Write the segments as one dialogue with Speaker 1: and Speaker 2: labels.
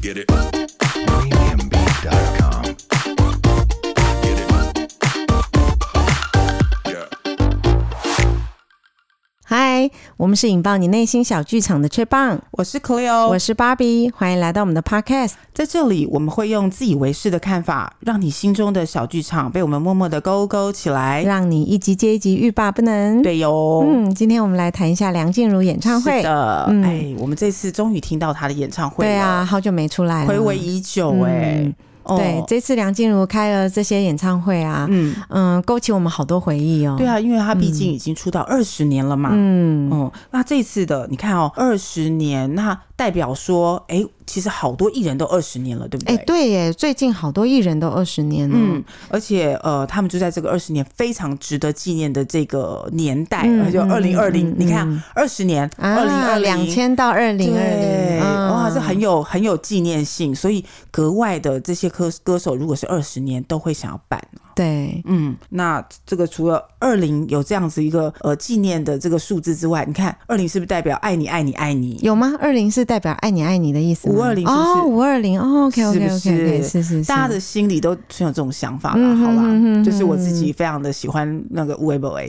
Speaker 1: Get it. Premiumbeat.com. Get it. Yeah.
Speaker 2: 嗨，我们是引爆你内心小剧场的吹棒，
Speaker 3: 我是 Cleo，
Speaker 2: 我是芭比，欢迎来到我们的 Podcast。
Speaker 3: 在这里我们会用自以为是的看法，让你心中的小剧场被我们默默的勾勾起来。
Speaker 2: 让你一集接一集欲罢不能。，
Speaker 3: 哎对哟，
Speaker 2: 嗯，今天我们来谈一下梁静茹演唱会
Speaker 3: 是。的，
Speaker 2: 嗯
Speaker 3: 哎，我们这次终于听到她的演唱会了，
Speaker 2: 对啊，，好久没出来了，
Speaker 3: 回味已久哎
Speaker 2: 嗯。对
Speaker 3: 哦，
Speaker 2: 这次梁静茹开了这些演唱会啊，
Speaker 3: 嗯，
Speaker 2: 嗯，勾起我们好多回忆哦。
Speaker 3: 对，啊，因为她毕竟已经出道二十年了嘛。
Speaker 2: 嗯，
Speaker 3: 嗯，那这次的你看哦，二十年，那代表说，哎，其实好多艺人都二十年了，对不
Speaker 2: 哎、
Speaker 3: 对？
Speaker 2: 对耶，最近好多艺人都二十年了。
Speaker 3: 嗯，而且呃，他们就在这个二十年非常值得纪念的这个年代，
Speaker 2: 嗯
Speaker 3: 哎就
Speaker 2: 嗯
Speaker 3: 二零二零
Speaker 2: 嗯，
Speaker 3: 你看二十年，二零
Speaker 2: 啊，
Speaker 3: 二
Speaker 2: 两
Speaker 3: 零。
Speaker 2: 千嗯到二零二
Speaker 3: 对，
Speaker 2: 零，
Speaker 3: 哇，这很有很有纪念性，所以格外的这些歌歌手，如果是二十年，都会想要办。
Speaker 2: 对，
Speaker 3: 嗯，那这个除了二零有这样子一个呃纪念的这个数字之外，你看二零是不是代表爱你爱你爱你？
Speaker 2: 有吗？二零是代表爱你爱你的意思吗，
Speaker 3: 520是不是
Speaker 2: 哦，五二零哦，OK OK
Speaker 3: 是不
Speaker 2: OK
Speaker 3: 是
Speaker 2: OK，是是是，
Speaker 3: 大家的心里都存有这种想法啦，
Speaker 2: 嗯
Speaker 3: 好
Speaker 2: 哼哼
Speaker 3: 啦，
Speaker 2: 哼
Speaker 3: 就是我
Speaker 2: 哼
Speaker 3: 自
Speaker 2: 哼
Speaker 3: 己非常的喜欢那个 w e b o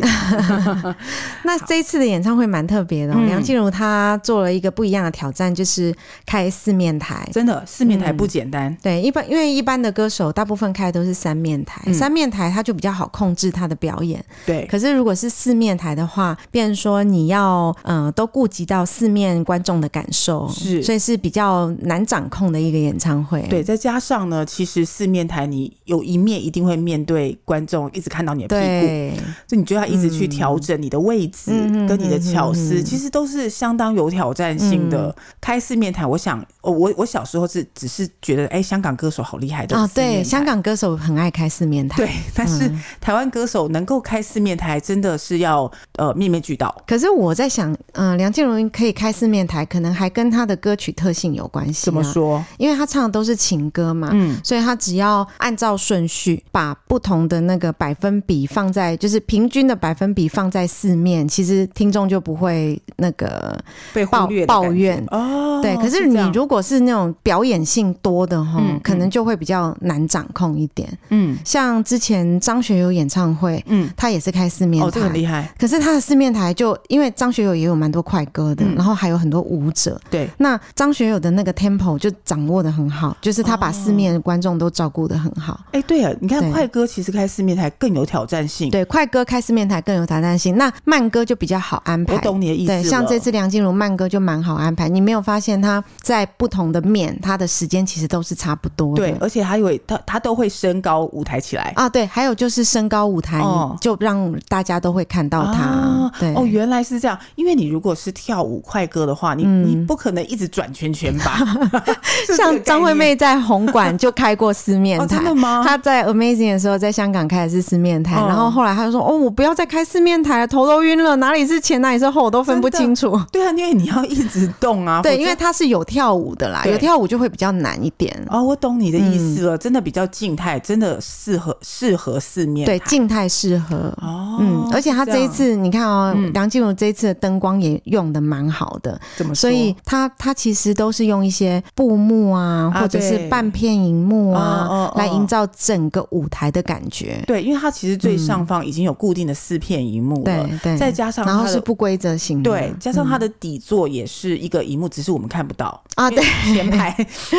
Speaker 2: 那这一次的演唱会蛮特别的、哦，
Speaker 3: 嗯
Speaker 2: 梁静茹她做了一个不一样的挑战，就是开四面台。
Speaker 3: 真的四面台不简单。
Speaker 2: 对，一般因为一般的歌手大部分开都是三面台，
Speaker 3: 嗯
Speaker 2: 三面台它就比较好控制她的表演。
Speaker 3: 对，
Speaker 2: 可是如果是四面台的话，变成说你要呃都顾及到四面观众的感受，
Speaker 3: 是
Speaker 2: 所以是比较难掌控的一个演唱会。
Speaker 3: 对，再加上呢，其实四面台你有一面一定会面对观众，一直看到你的屁股，
Speaker 2: 对，
Speaker 3: 所以你就要一直去调整你的位置
Speaker 2: 嗯嗯
Speaker 3: 跟你的
Speaker 2: 嗯
Speaker 3: 巧
Speaker 2: 嗯
Speaker 3: 思，
Speaker 2: 嗯
Speaker 3: 其实都是相当有挑战性的。开四面台，我想，哦，我我小时候是只是觉得，哎，香港歌手好厉害的
Speaker 2: 啊，
Speaker 3: 四面
Speaker 2: 对，
Speaker 3: 台
Speaker 2: 香。港歌手很爱开四面台。
Speaker 3: 对，但是
Speaker 2: 嗯
Speaker 3: 台湾歌手能够开四面台，真的是要呃面面俱到，
Speaker 2: 可是我在想，嗯、梁静茹可以开四面台，可能还跟她的歌曲特性有关系、啊。
Speaker 3: 怎么？说？
Speaker 2: 因为她唱的都是情歌嘛，
Speaker 3: 嗯，
Speaker 2: 所以她只要按照顺序把不同的那个百分比放在，就是平均的百分比放在四面，其实听众就不会那个
Speaker 3: 被
Speaker 2: 抱
Speaker 3: 忽略的
Speaker 2: 抱
Speaker 3: 感觉
Speaker 2: 怨。
Speaker 3: 哦。
Speaker 2: 对，可是
Speaker 3: 这
Speaker 2: 你
Speaker 3: 样
Speaker 2: 如果是那种表演性多的哈，
Speaker 3: 嗯
Speaker 2: 可能
Speaker 3: 嗯
Speaker 2: 就会比较难掌控一点。
Speaker 3: 嗯
Speaker 2: 像之前张学友演唱会，
Speaker 3: 嗯，
Speaker 2: 他也是开四面台，
Speaker 3: 哦，这个很厉害，
Speaker 2: 可是他的四面台就因为张学友也有蛮多快歌的，
Speaker 3: 嗯
Speaker 2: 然后还有很多舞者。
Speaker 3: 对，
Speaker 2: 那张学友的那个 tempo 就掌握的很好，就是他把
Speaker 3: 哦
Speaker 2: 四面观众都照顾的很好。
Speaker 3: 哎、对啊，你看
Speaker 2: 对
Speaker 3: 快歌其实开四面台更有挑战性。，
Speaker 2: 对，快歌开四面台更有挑战性，那慢歌就比较好安排。
Speaker 3: 我懂你的意思了。
Speaker 2: 对，像这次梁静茹慢歌就蛮好安排，你没有发现她在不同的面，她的时间其实都是差不多的。
Speaker 3: 对，而且还有他他都会升高舞台起来。
Speaker 2: 啊，对，还有就是升高舞台，
Speaker 3: 哦
Speaker 2: 你就让大家都会看到她。
Speaker 3: 啊
Speaker 2: 对，
Speaker 3: 哦，原来是这样。因为你如果是跳舞快歌的话，你、你不可能一直转圈圈吧？ 是这个
Speaker 2: 嗯像张惠
Speaker 3: 概念
Speaker 2: 妹在红馆就开过四面
Speaker 3: 哦，
Speaker 2: 台
Speaker 3: 真，的吗？
Speaker 2: 他在 Amazing 的时候，在香港开的是四面台，
Speaker 3: 嗯
Speaker 2: 然后后来他就说：“哦，我不要再开四面台了，头都晕了，哪里是前哪里是后，我都分不清楚。
Speaker 3: 对啊，因为你要一直动啊。”
Speaker 2: 对，
Speaker 3: 否则
Speaker 2: 因为他是有跳舞的啦，
Speaker 3: 对
Speaker 2: 有跳舞就会比较难一点。
Speaker 3: 哦，我懂你的意
Speaker 2: 嗯
Speaker 3: 思了，真的比较静态，真的适合适合四面
Speaker 2: 对，
Speaker 3: 台
Speaker 2: 静态适合。
Speaker 3: 哦，
Speaker 2: 嗯，而且他
Speaker 3: 是
Speaker 2: 这
Speaker 3: 这
Speaker 2: 一
Speaker 3: 样
Speaker 2: 次，你看哦，
Speaker 3: 嗯
Speaker 2: 梁静茹这一次的灯光也用的蛮好的，
Speaker 3: 怎么说？
Speaker 2: 所以他他其实都是用一些布幕啊，
Speaker 3: 啊
Speaker 2: 或者是
Speaker 3: 对
Speaker 2: 半片荧幕啊，
Speaker 3: 哦哦哦
Speaker 2: 来营造整个舞台的感觉。
Speaker 3: 对，因为它其实最上方已经有固定的四片荧幕了，
Speaker 2: 嗯对对，
Speaker 3: 再加上
Speaker 2: 然后
Speaker 3: 它
Speaker 2: 是
Speaker 3: 的
Speaker 2: 不规则型的，
Speaker 3: 对，加上
Speaker 2: 嗯
Speaker 3: 它的底座也是一个荧幕，只是我们看不到
Speaker 2: 啊
Speaker 3: 因为 前排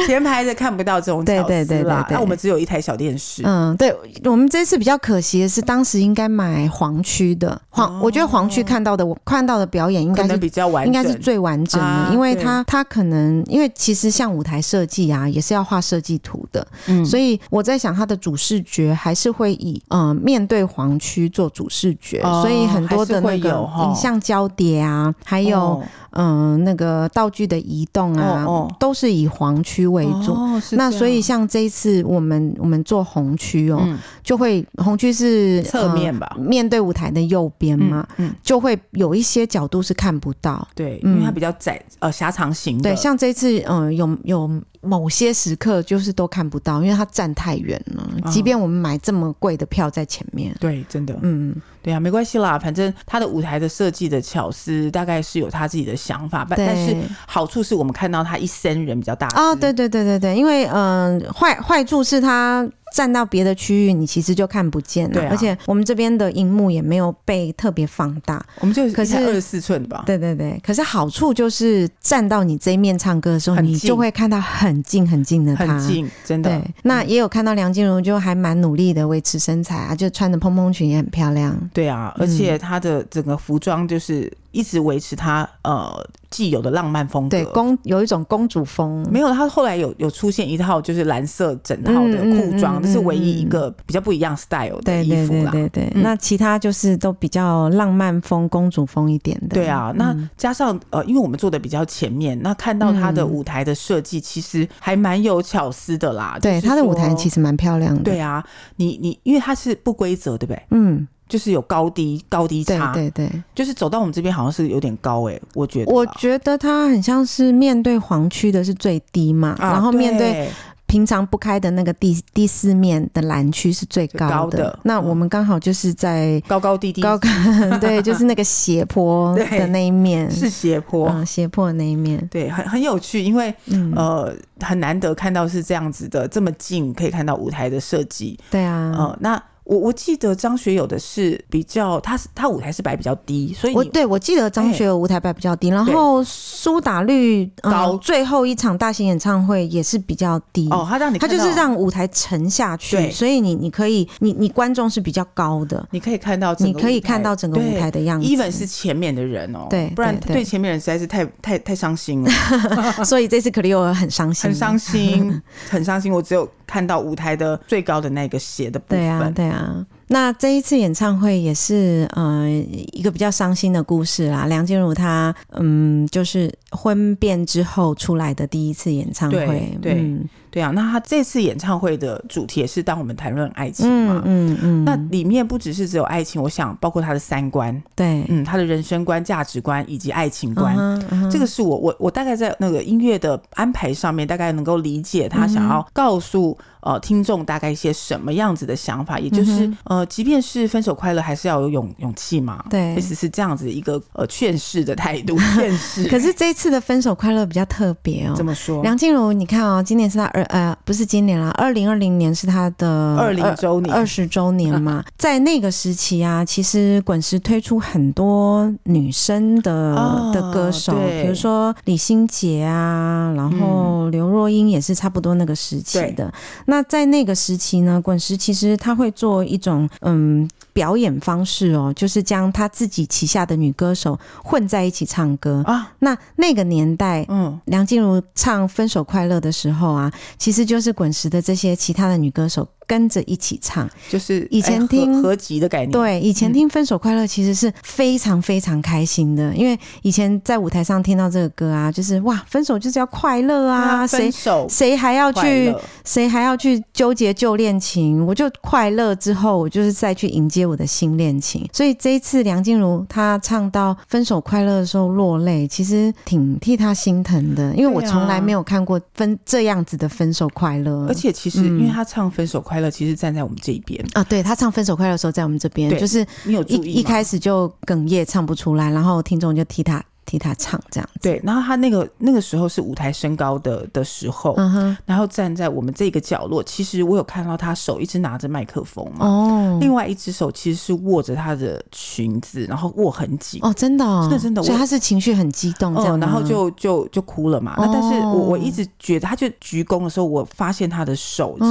Speaker 3: 前排的看不到这种
Speaker 2: 对
Speaker 3: 巧
Speaker 2: 对对
Speaker 3: 思啦。啊
Speaker 2: 对对
Speaker 3: 那我们只有一台小电视，
Speaker 2: 嗯，对我们这次比较可惜的是，当时应该买黄区的黄，我觉得黄区看到的我看到的表演应
Speaker 3: 哦可
Speaker 2: 该
Speaker 3: 能
Speaker 2: 是
Speaker 3: 比较完
Speaker 2: 应
Speaker 3: 整，
Speaker 2: 该是最完整的，
Speaker 3: 啊
Speaker 2: 因为它它可能因为其实像舞台设计啊，也是要画设计图的，
Speaker 3: 嗯
Speaker 2: 所以我在想它的主视觉还是会以呃面对黄区做主视觉，
Speaker 3: 哦
Speaker 2: 所以很多的
Speaker 3: 还
Speaker 2: 那
Speaker 3: 是会
Speaker 2: 个
Speaker 3: 有哈
Speaker 2: 影像交叠啊，还有
Speaker 3: 哦
Speaker 2: 嗯、呃那个道具的移动啊，
Speaker 3: 哦哦
Speaker 2: 都是以黄区为主。
Speaker 3: 哦是
Speaker 2: 那
Speaker 3: 这
Speaker 2: 所以
Speaker 3: 样
Speaker 2: 像这一次我们我们做红区哦，
Speaker 3: 嗯
Speaker 2: 就会红区是
Speaker 3: 侧、面吧
Speaker 2: 呃，面对舞台的右边嘛
Speaker 3: 嗯，嗯，
Speaker 2: 就会有一些角度是看不到。
Speaker 3: 对，
Speaker 2: 嗯
Speaker 3: 因为它比较窄，呃，狭长型的，
Speaker 2: 对，像这次嗯、呃有有某些时刻就是都看不到，因为它站太远了。
Speaker 3: 嗯
Speaker 2: 即便我们买这么贵的票在前面，
Speaker 3: 对，真的，
Speaker 2: 嗯，
Speaker 3: 对啊，没关系啦，反正他的舞台的设计的巧思，大概是有他自己的想法， 但
Speaker 2: 对
Speaker 3: 但是嗯好处是我们看到他一生人比较大
Speaker 2: 啊、
Speaker 3: 只
Speaker 2: 对对对对对，因为嗯，坏坏处是它站到别的区域，你其实就看不见了，
Speaker 3: 对啊
Speaker 2: 而且我们这边的荧幕也没有被特别放大。
Speaker 3: 我们就
Speaker 2: 可是
Speaker 3: 二十四寸的吧，
Speaker 2: 对对对，可是好处就是站到你这一面唱歌的时候，
Speaker 3: 很
Speaker 2: 你
Speaker 3: 近
Speaker 2: 就会看到很近很近的他。
Speaker 3: 很近，真的
Speaker 2: 对，那也有看到梁静茹就还蛮努力的维持身材啊，就穿着蓬蓬裙也很漂亮。
Speaker 3: 对啊，
Speaker 2: 嗯
Speaker 3: 而且他的整个服装就是一直维持他呃既有的浪漫风格。
Speaker 2: 对，公有一种公主风，
Speaker 3: 嗯没有，他后来有有出现一套就是蓝色整套的
Speaker 2: 嗯嗯
Speaker 3: 裤装，
Speaker 2: 嗯
Speaker 3: 这是唯一
Speaker 2: 嗯
Speaker 3: 一个比较不一样 style 的
Speaker 2: 对
Speaker 3: 衣
Speaker 2: 对
Speaker 3: 服
Speaker 2: 对
Speaker 3: 啦。
Speaker 2: 对对。
Speaker 3: 嗯
Speaker 2: 那其他就是都比较浪漫风、公主风一点的。
Speaker 3: 对啊，那
Speaker 2: 嗯
Speaker 3: 加上呃，因为我们做的比较前面，那看到他的
Speaker 2: 嗯
Speaker 3: 舞台的设计，其实还蛮有巧思的啦。
Speaker 2: 对他的舞台其
Speaker 3: 实
Speaker 2: 实蛮漂亮的。
Speaker 3: 对啊，你你因为它是不规则，对不对？
Speaker 2: 嗯，
Speaker 3: 就是有高低高低
Speaker 2: 对
Speaker 3: 差，
Speaker 2: 对对，
Speaker 3: 就是走到我们这边好像是有点高哎、我觉得啦。
Speaker 2: 我觉得它很像是面对黄区的是最低嘛，
Speaker 3: 啊
Speaker 2: 然后面对
Speaker 3: 对
Speaker 2: 平常不开的那个第第四面的蓝区是最高的。
Speaker 3: 高的
Speaker 2: 那我们刚好就是在
Speaker 3: 高高低低
Speaker 2: 高 对，就是那个斜坡
Speaker 3: 对
Speaker 2: 的那一面，
Speaker 3: 是斜坡，
Speaker 2: 嗯，斜坡的那一面，
Speaker 3: 对，很很有趣，因为
Speaker 2: 嗯，
Speaker 3: 呃很难得看到是这样子的，这么近可以看到舞台的设计，
Speaker 2: 对啊。
Speaker 3: 呃，那。我我记得张学友的是比较，他是他舞台是摆比较低，所以
Speaker 2: 我
Speaker 3: 你哎
Speaker 2: 对我记得张学友舞台摆比较低，然后苏打绿呃
Speaker 3: 高
Speaker 2: 最后一场大型演唱会也是比较低
Speaker 3: 哦，他让你
Speaker 2: 它
Speaker 3: 看到
Speaker 2: 就是让舞台沉下去，
Speaker 3: 对
Speaker 2: 所以你你可以，你你观众是比较高的，
Speaker 3: 你可以看到整
Speaker 2: 你
Speaker 3: 个舞台，
Speaker 2: 可以看到整个舞台的样子。
Speaker 3: 对，even 是前面的人哦，
Speaker 2: 对
Speaker 3: 不然
Speaker 2: 对对
Speaker 3: 对前面人实在是太太太伤 心了，
Speaker 2: 所以这次克里欧尔很伤心，
Speaker 3: 很伤心，很伤心。我只有看到舞台的最高的那个斜的部
Speaker 2: 对
Speaker 3: 分，
Speaker 2: 啊，对啊。那这一次演唱会也是呃一个比较伤心的故事啦。梁静茹她嗯就是婚变之后出来的第一次演唱会，
Speaker 3: 对对
Speaker 2: 嗯
Speaker 3: 对啊，那他这次演唱会的主题也是当我们谈论爱情嘛
Speaker 2: 嗯。嗯嗯，
Speaker 3: 那里面不只是只有爱情，我想包括他的三观，
Speaker 2: 对
Speaker 3: 嗯，他的人生观、价值观以及爱情观，
Speaker 2: 嗯哼嗯哼
Speaker 3: 这个是我我我大概在那个音乐的安排上面，大概能够理解
Speaker 2: 嗯
Speaker 3: 他想要告诉、呃听众大概一些什么样子的想法，也就是、
Speaker 2: 嗯
Speaker 3: 呃，即便是分手快乐，还是要有勇勇气嘛，
Speaker 2: 对
Speaker 3: 意思是这样子一个呃劝世的态 度，劝世。
Speaker 2: 可是这一次的分手快乐比较特别哦，
Speaker 3: 怎么说？
Speaker 2: 梁静茹，你看哦，今年是她二呃，不是今年啦，二零二零年是她的
Speaker 3: 二零周年嗯
Speaker 2: 二十周年嘛。在那个时期啊，其实滚石推出很多女生的、
Speaker 3: 哦
Speaker 2: 的歌手，
Speaker 3: 对嗯
Speaker 2: 比如说李心洁啊，然后刘若英也是差不多那个时期的。那在那个时期呢，滚石其实他会做一种嗯。表演方式哦，就是将他自己旗下的女歌手混在一起唱歌。
Speaker 3: 啊，
Speaker 2: 那那个年代，
Speaker 3: 嗯，
Speaker 2: 梁静茹唱《分手快乐》的时候啊，其实就是滚石的这些其他的女歌手跟着一起唱。
Speaker 3: 就是
Speaker 2: 以前
Speaker 3: 哎合
Speaker 2: 听
Speaker 3: 合集的概念，
Speaker 2: 对，以前听《分手快乐》其实是非常非常开心的，因为以前在舞台上听到这个歌啊，就是哇，分手就是要快乐啊，
Speaker 3: 啊，分
Speaker 2: 谁
Speaker 3: 手
Speaker 2: 谁还要
Speaker 3: 快
Speaker 2: 去
Speaker 3: 乐嗯
Speaker 2: 谁还要去纠结旧恋情？我就快乐之后，我就是再去迎接我的新恋情。所以这一次梁静茹她唱到《分手快乐》的时候落泪，其实挺替她心疼的，因为我
Speaker 3: 对啊
Speaker 2: 从来没有看过分这样子的分手快乐。
Speaker 3: 而且其实，因为
Speaker 2: 嗯
Speaker 3: 他唱《分手快乐》，其实站在我们这一边，
Speaker 2: 啊，对她唱《分手快乐》的时候，在我们这边
Speaker 3: 对
Speaker 2: 就是
Speaker 3: 你有
Speaker 2: 一
Speaker 3: 注意
Speaker 2: 一
Speaker 3: 吗
Speaker 2: 开始就哽咽唱不出来，然后听众就替她替她唱这样子。
Speaker 3: 对，然后他那个那个时候是舞台升高的的时候，
Speaker 2: 嗯哼，
Speaker 3: 然后站在我们这个角落，其实我有看到他手一直拿着麦克风嘛，
Speaker 2: 哦
Speaker 3: 另外一只手其实是握着他的裙子，然后握很紧。
Speaker 2: 哦，真的哦，
Speaker 3: 真的真的
Speaker 2: 所以
Speaker 3: 我
Speaker 2: 她是情绪很激动这样
Speaker 3: 嗯，
Speaker 2: 吗，
Speaker 3: 然后就就就哭了嘛。那但是我
Speaker 2: 哦
Speaker 3: 我一直觉得，他就鞠躬的时候，我发现他的手
Speaker 2: 嗯嗯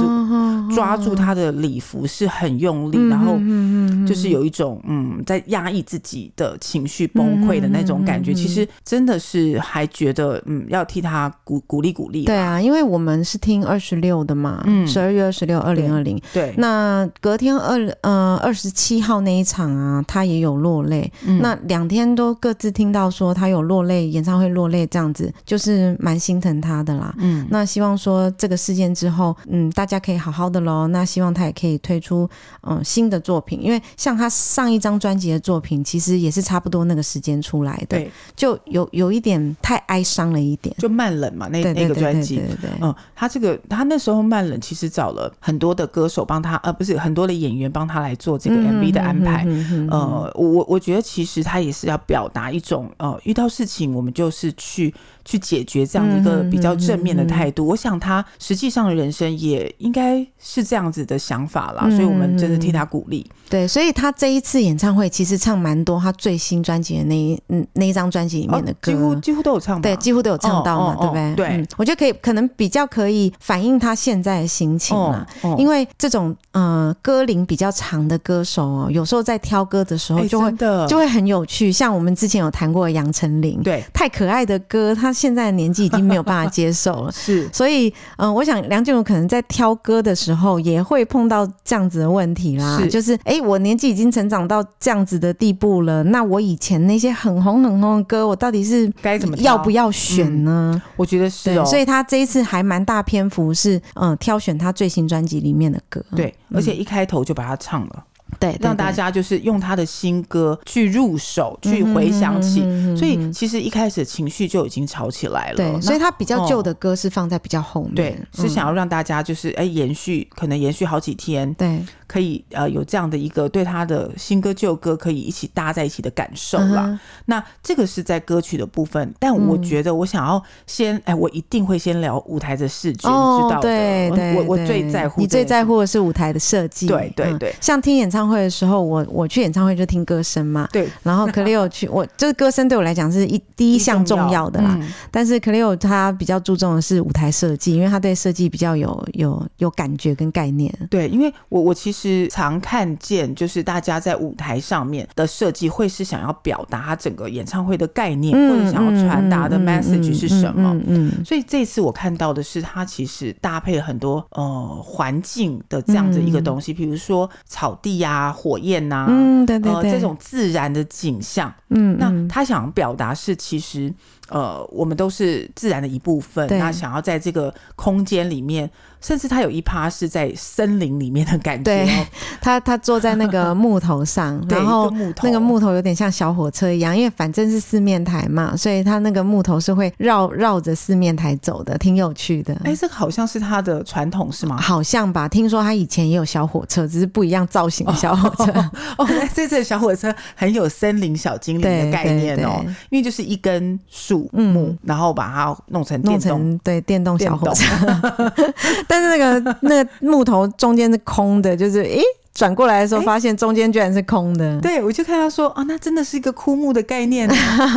Speaker 2: 哼
Speaker 3: 是抓住他的礼服是很用力，然后就是有一种嗯，在压抑自己的情绪崩溃的那种感
Speaker 2: 嗯
Speaker 3: 觉。其实真的是还觉得嗯，要替他鼓鼓励鼓励啦。
Speaker 2: 对啊，因为我们是听二十六的嘛，
Speaker 3: 嗯
Speaker 2: 十二月二十六，二零二零。
Speaker 3: 对，
Speaker 2: 那隔天二呃二十七号那一场啊，他也有落泪。
Speaker 3: 嗯
Speaker 2: 那两天都各自听到说他有落泪，演唱会落泪这样子，就是蛮心疼他的啦。
Speaker 3: 嗯
Speaker 2: 那希望说这个事件之后，嗯，大家可以好好的喽。那希望他也可以推出嗯、呃新的作品，因为像他上一张专辑的作品，其实也是差不多那个时间出来的。
Speaker 3: 对，
Speaker 2: 就有有一点太哀伤了一点。
Speaker 3: 就慢冷嘛，那
Speaker 2: 对
Speaker 3: 那
Speaker 2: 对
Speaker 3: 个
Speaker 2: 对对
Speaker 3: 专
Speaker 2: 对
Speaker 3: 辑。
Speaker 2: 对对，
Speaker 3: 嗯，他这个他那时候慢冷，其实找了很多的歌手帮他，呃，不是很多的演员帮他来做这个 MV 的安排。
Speaker 2: 嗯哼，嗯哼嗯哼
Speaker 3: 呃，我我我觉得其实他也是要表达一种呃，遇到事情我们就是去去解决这样的一个比较正面的态
Speaker 2: 嗯
Speaker 3: 度。我想他实际上的人生也应该是这样子的想法啦，所以我们真的
Speaker 2: 嗯
Speaker 3: 替他鼓励。
Speaker 2: 对，所以他这一次演唱会其实唱蛮多他最新专辑的那一嗯那一张专辑里面的
Speaker 3: 哦
Speaker 2: 歌，
Speaker 3: 几乎几乎都有唱吧，
Speaker 2: 对，几乎都有唱到嘛，
Speaker 3: 哦哦哦
Speaker 2: 对不对？
Speaker 3: 对
Speaker 2: 嗯，我觉得可以，可能比较可以反映他现在的心情啦。
Speaker 3: 哦，
Speaker 2: 因
Speaker 3: 为
Speaker 2: 为这种呃歌龄比较长的歌手哦，有时候在挑歌哎的时候就会、
Speaker 3: 哎的
Speaker 2: 就会很有趣。像我们之前有谈过的杨丞琳，
Speaker 3: 对。
Speaker 2: 太可爱的歌，他现在的年纪已经没有办法接受了
Speaker 3: 是
Speaker 2: 所以，嗯、我想梁静茹可能在挑歌的时候也会碰到这样子的问题啦，
Speaker 3: 是
Speaker 2: 就是，哎、我年纪已经成长到这样子的地步了，那我以前那些很红很红的歌，我到底是
Speaker 3: 该怎么挑
Speaker 2: 要不？要选呢？
Speaker 3: 我觉得是
Speaker 2: 对，
Speaker 3: 哦，
Speaker 2: 所以他这一次还蛮大篇幅是，嗯、挑选他最新专辑里面的歌，
Speaker 3: 对，而且一开头就把它唱了，
Speaker 2: 嗯对，对嗯
Speaker 3: 让大家就是用他的新歌去入手，去回想起。所以其实一开始情绪就已经吵起来了。
Speaker 2: 对，对
Speaker 3: 那哦
Speaker 2: 所以他比较旧的歌是放在比较后面，
Speaker 3: 对是
Speaker 2: 嗯
Speaker 3: 想要让大家就是哎、延续，可能延续好几天，
Speaker 2: 对，
Speaker 3: 可以呃有这样的一个对他的新歌旧歌可以一起搭在一起的感受啦。
Speaker 2: 嗯哼
Speaker 3: 那这个是在歌曲的部分，但我觉得我想要先，哎、我一定会先聊舞台的视觉，你知道的，
Speaker 2: 对
Speaker 3: 我
Speaker 2: 哦对，
Speaker 3: 我我
Speaker 2: 对
Speaker 3: 最在乎，
Speaker 2: 你最在，乎的是舞台的设计，
Speaker 3: 对对
Speaker 2: 嗯
Speaker 3: 对
Speaker 2: 像听演唱会的时候，我我去演唱会就听歌声嘛。
Speaker 3: 对，
Speaker 2: 然 后 Cleo 去，我就是歌声对我来讲是一第一项重要的啦。
Speaker 3: 嗯
Speaker 2: 但是 Cleo 他比较注重的是舞台设计，因为他对设计比较有有有感觉跟概念。
Speaker 3: 对，因为我我其实常看见，就是大家在舞台上面的设计会是想要表达他整个演唱会的概念，或者想要传达的 message 是什么。
Speaker 2: 嗯嗯嗯
Speaker 3: 所以这次我看到的是，它其实搭配了很多呃环境的这样的一个东西，比如说草地呀、火焰呐、
Speaker 2: 嗯，对对对，
Speaker 3: 啊呃，这种自然的景象。
Speaker 2: 嗯，
Speaker 3: 那
Speaker 2: 嗯
Speaker 3: 他想表达是，其实呃，我们都是自然的一部分。
Speaker 2: 对
Speaker 3: 那想要在这个空间里面，甚至他有一趴是在森林里面的感觉、哦，，
Speaker 2: 他他坐在那个木头上
Speaker 3: 对
Speaker 2: 然后
Speaker 3: 一个木头哦
Speaker 2: 那个木头有点像小火车一样，因为反正是四面台嘛，所以他那个木头是会绕绕着四面台走的，挺有趣的。
Speaker 3: 哎、这个好像是他的传统是 吗？
Speaker 2: 好像吧，听说他以前也有小火车，只是不一样造型的小火车。
Speaker 3: 哦，那这次的小火车很有森林小精灵的
Speaker 2: 对
Speaker 3: 概念哦
Speaker 2: 对对，
Speaker 3: 因为就是一根树木，然后把它弄成电
Speaker 2: 弄
Speaker 3: 动。
Speaker 2: 成对电动
Speaker 3: 电
Speaker 2: 小
Speaker 3: 动
Speaker 2: 火车， 但是那个那个木头中间是空的，就是诶转过来的时候
Speaker 3: 诶
Speaker 2: 发现中间居然是空的，
Speaker 3: 哎对，我就看他说啊，那真的是一个枯木的概 念啊，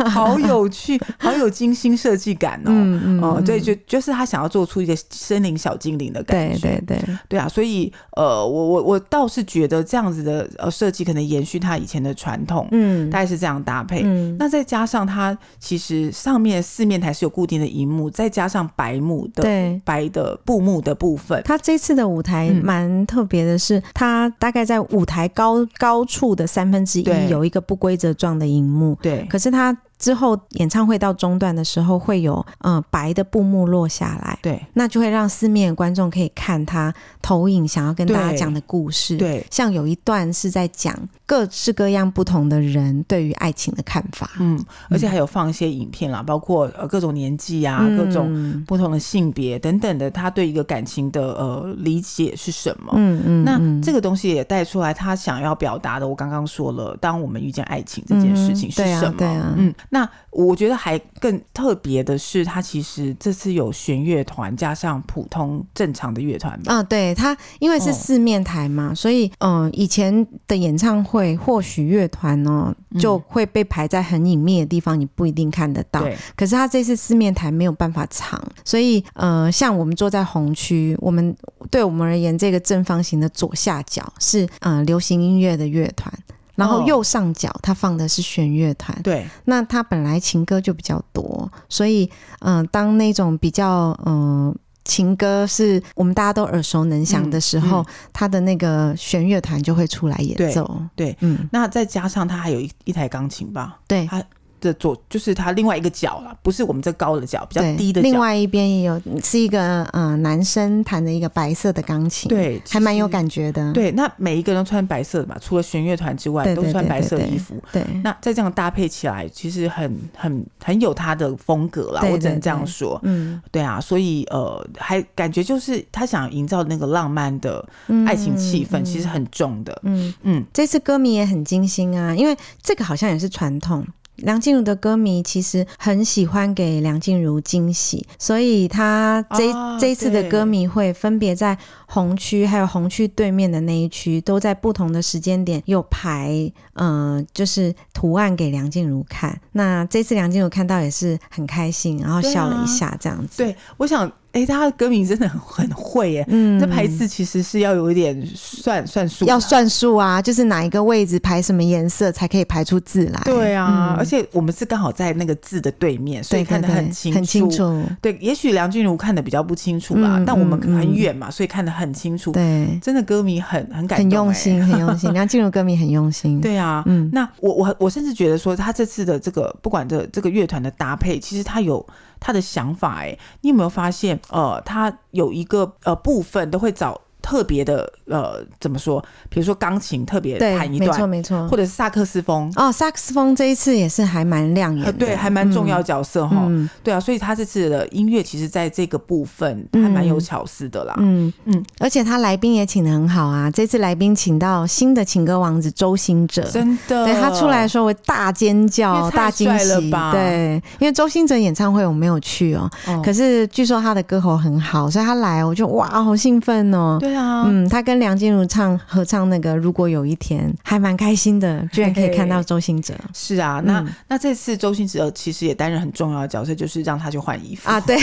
Speaker 3: 好有趣，好有精心设计感哦。
Speaker 2: 嗯嗯
Speaker 3: 哦，
Speaker 2: 嗯
Speaker 3: 对，就就是他想要做出一个森林小精灵的感
Speaker 2: 对
Speaker 3: 觉，
Speaker 2: 对对，
Speaker 3: 对啊，所以呃，我我我倒是觉得这样子的呃设计可能延续他以前的传统，
Speaker 2: 嗯
Speaker 3: 大概是这样搭配。
Speaker 2: 嗯，
Speaker 3: 那再加上它其实上面四面台是有固定的荧幕，再加上白幕的
Speaker 2: 对。
Speaker 3: 白的布幕的部分，
Speaker 2: 他这次的舞台
Speaker 3: 嗯
Speaker 2: 蛮特别的是，他大概在舞台高高处的三分之
Speaker 3: 对
Speaker 2: 一有一个不规则状的荧幕，
Speaker 3: 对，
Speaker 2: 可是他之后演唱会到中段的时候会有嗯、呃白的布幕落下来。
Speaker 3: 对
Speaker 2: 那就会让四面的观众可以看他投影想要跟大家
Speaker 3: 对
Speaker 2: 讲的故事。，
Speaker 3: 对，
Speaker 2: 像有一段是在讲各式各样不同的人对于爱情的看法，
Speaker 3: 嗯，而且还有放一些影片啦，包括呃各种年纪啊，各种
Speaker 2: 嗯
Speaker 3: 不同的性别等等的，他对一个感情的呃理解是什么？
Speaker 2: 嗯嗯，
Speaker 3: 那
Speaker 2: 嗯
Speaker 3: 这个东西也带出来，他想要表达的，我刚刚说了，当我们遇见爱情这件事情
Speaker 2: 嗯
Speaker 3: 是
Speaker 2: 对啊
Speaker 3: 什么？
Speaker 2: 对啊
Speaker 3: 嗯，那我觉得还更特别的是，他其实这次有弦乐团加上普通正常的乐团吧。
Speaker 2: 啊，对它，因为
Speaker 3: 哦
Speaker 2: 是四面台嘛，所以嗯、呃以前的演唱会或许乐团哦
Speaker 3: 嗯
Speaker 2: 就会被排在很隐秘的地方，你不一定看得到。
Speaker 3: 对，
Speaker 2: 可是它这次四面台没有办法藏，所以呃，像我们坐在红区，我们对我们而言，这个正方形的左下角是呃流行音乐的乐团。然后
Speaker 3: 哦
Speaker 2: 右上角它放的是弦乐团，
Speaker 3: 对，
Speaker 2: 那它本来情歌就比较多，所以嗯、呃当那种比较嗯、呃情歌是我们大家都耳熟能详的时候，
Speaker 3: 嗯
Speaker 2: 它的那个弦乐团就会出来
Speaker 3: 对
Speaker 2: 演奏。
Speaker 3: 对
Speaker 2: 嗯，
Speaker 3: 那再加上他还有一一台钢琴吧，
Speaker 2: 对
Speaker 3: 他的左，就是他另外一个脚啦，不是我们这高的脚，比较
Speaker 2: 对，
Speaker 3: 低的
Speaker 2: 另
Speaker 3: 脚。
Speaker 2: 外一边也有是一个呃男生弹的一个白色的钢琴，，
Speaker 3: 对，
Speaker 2: 还蛮有
Speaker 3: 其实。
Speaker 2: 感觉的。
Speaker 3: 对，那每一个人都穿白色的嘛，除了弦乐团之外，
Speaker 2: 对
Speaker 3: 都
Speaker 2: 对
Speaker 3: 穿
Speaker 2: 对
Speaker 3: 白
Speaker 2: 对
Speaker 3: 色
Speaker 2: 对
Speaker 3: 衣服。
Speaker 2: 对，
Speaker 3: 那再这样搭配起来，其实很很很有他的风格啦，
Speaker 2: 对
Speaker 3: 我只能
Speaker 2: 对
Speaker 3: 这样
Speaker 2: 对
Speaker 3: 说。
Speaker 2: 嗯，
Speaker 3: 对啊，所以呃，还感觉就是他想营造那个浪漫的
Speaker 2: 嗯
Speaker 3: 爱情气氛，
Speaker 2: 嗯
Speaker 3: 其实很重的。
Speaker 2: 嗯
Speaker 3: 嗯，
Speaker 2: 这次歌迷也很精心啊，因为这个好像也是传统。梁静茹的歌迷其实很喜欢给梁静茹惊喜，所以他这、
Speaker 3: 啊
Speaker 2: 这一次的
Speaker 3: 对
Speaker 2: 歌迷会分别在红区还有红区对面的那一区，都在不同的时间点有排，呃，就是图案给梁静茹看。那这次梁静茹看到也是很开心，然后
Speaker 3: 对啊
Speaker 2: 笑了一下这样子。
Speaker 3: 对，我想，哎、他的歌名真的很很会耶。
Speaker 2: 嗯
Speaker 3: 这排啊字其实是要有一点算算数吧，
Speaker 2: 要算数啊，就是哪一个位置排什么颜色才可以排出字来。
Speaker 3: 对啊，
Speaker 2: 嗯
Speaker 3: 而且我们是刚好在那个字的对面，所以
Speaker 2: 对，
Speaker 3: 看得
Speaker 2: 对对
Speaker 3: 很清楚。
Speaker 2: 很清楚。
Speaker 3: 对，也许梁静茹看的比较不清楚啦，
Speaker 2: 嗯
Speaker 3: 但我们
Speaker 2: 嗯
Speaker 3: 很
Speaker 2: 嗯
Speaker 3: 远嘛，所以看得很清楚。
Speaker 2: 对，
Speaker 3: 真的歌迷很很感
Speaker 2: 很
Speaker 3: 动
Speaker 2: 用
Speaker 3: 哎
Speaker 2: 心，很用心。 梁静茹歌迷很用心。，
Speaker 3: 对啊，
Speaker 2: 嗯
Speaker 3: 那我我我甚至觉得说，他这次的这个不管这这个乐团的搭配，其实他有他的想法哎、你有没有发现？呃，他有一个呃部分都会找特别的呃，怎么说？比如说钢琴特别
Speaker 2: 对，
Speaker 3: 弹一
Speaker 2: 没错
Speaker 3: 段，
Speaker 2: 没错
Speaker 3: 或。者是萨克斯风，
Speaker 2: 哦，萨克斯风这一次也是还蛮亮眼
Speaker 3: 呃
Speaker 2: 的，
Speaker 3: 对，还蛮重要
Speaker 2: 嗯。
Speaker 3: 角色哈。
Speaker 2: 嗯
Speaker 3: 对啊，所以他这次的音乐其实在这个部分还蛮有巧思的啦。
Speaker 2: 嗯
Speaker 3: 嗯
Speaker 2: 嗯，而且他来宾也请的很好啊。这次来宾请到新的情歌王子周兴哲，
Speaker 3: 真的，
Speaker 2: 对他出来的时候我大尖
Speaker 3: 因
Speaker 2: 叫、
Speaker 3: 为太
Speaker 2: 大惊
Speaker 3: 帅了
Speaker 2: 喜
Speaker 3: 吧。
Speaker 2: 对，因为周兴哲演唱会我没有去哦，
Speaker 3: 哦，
Speaker 2: 可是据说他的歌喉很好，所以他来我就哇，好兴奋哦。
Speaker 3: 对啊，
Speaker 2: 嗯，他跟梁静茹唱合唱那个《如果有一天》，还蛮开心的，居然可以看到周兴哲
Speaker 3: 是啊，那、
Speaker 2: 嗯
Speaker 3: 那这次周星驰呃其实也担任很重要的角色，就是让他去换衣服
Speaker 2: 啊，，对，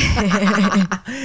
Speaker 3: 对啊，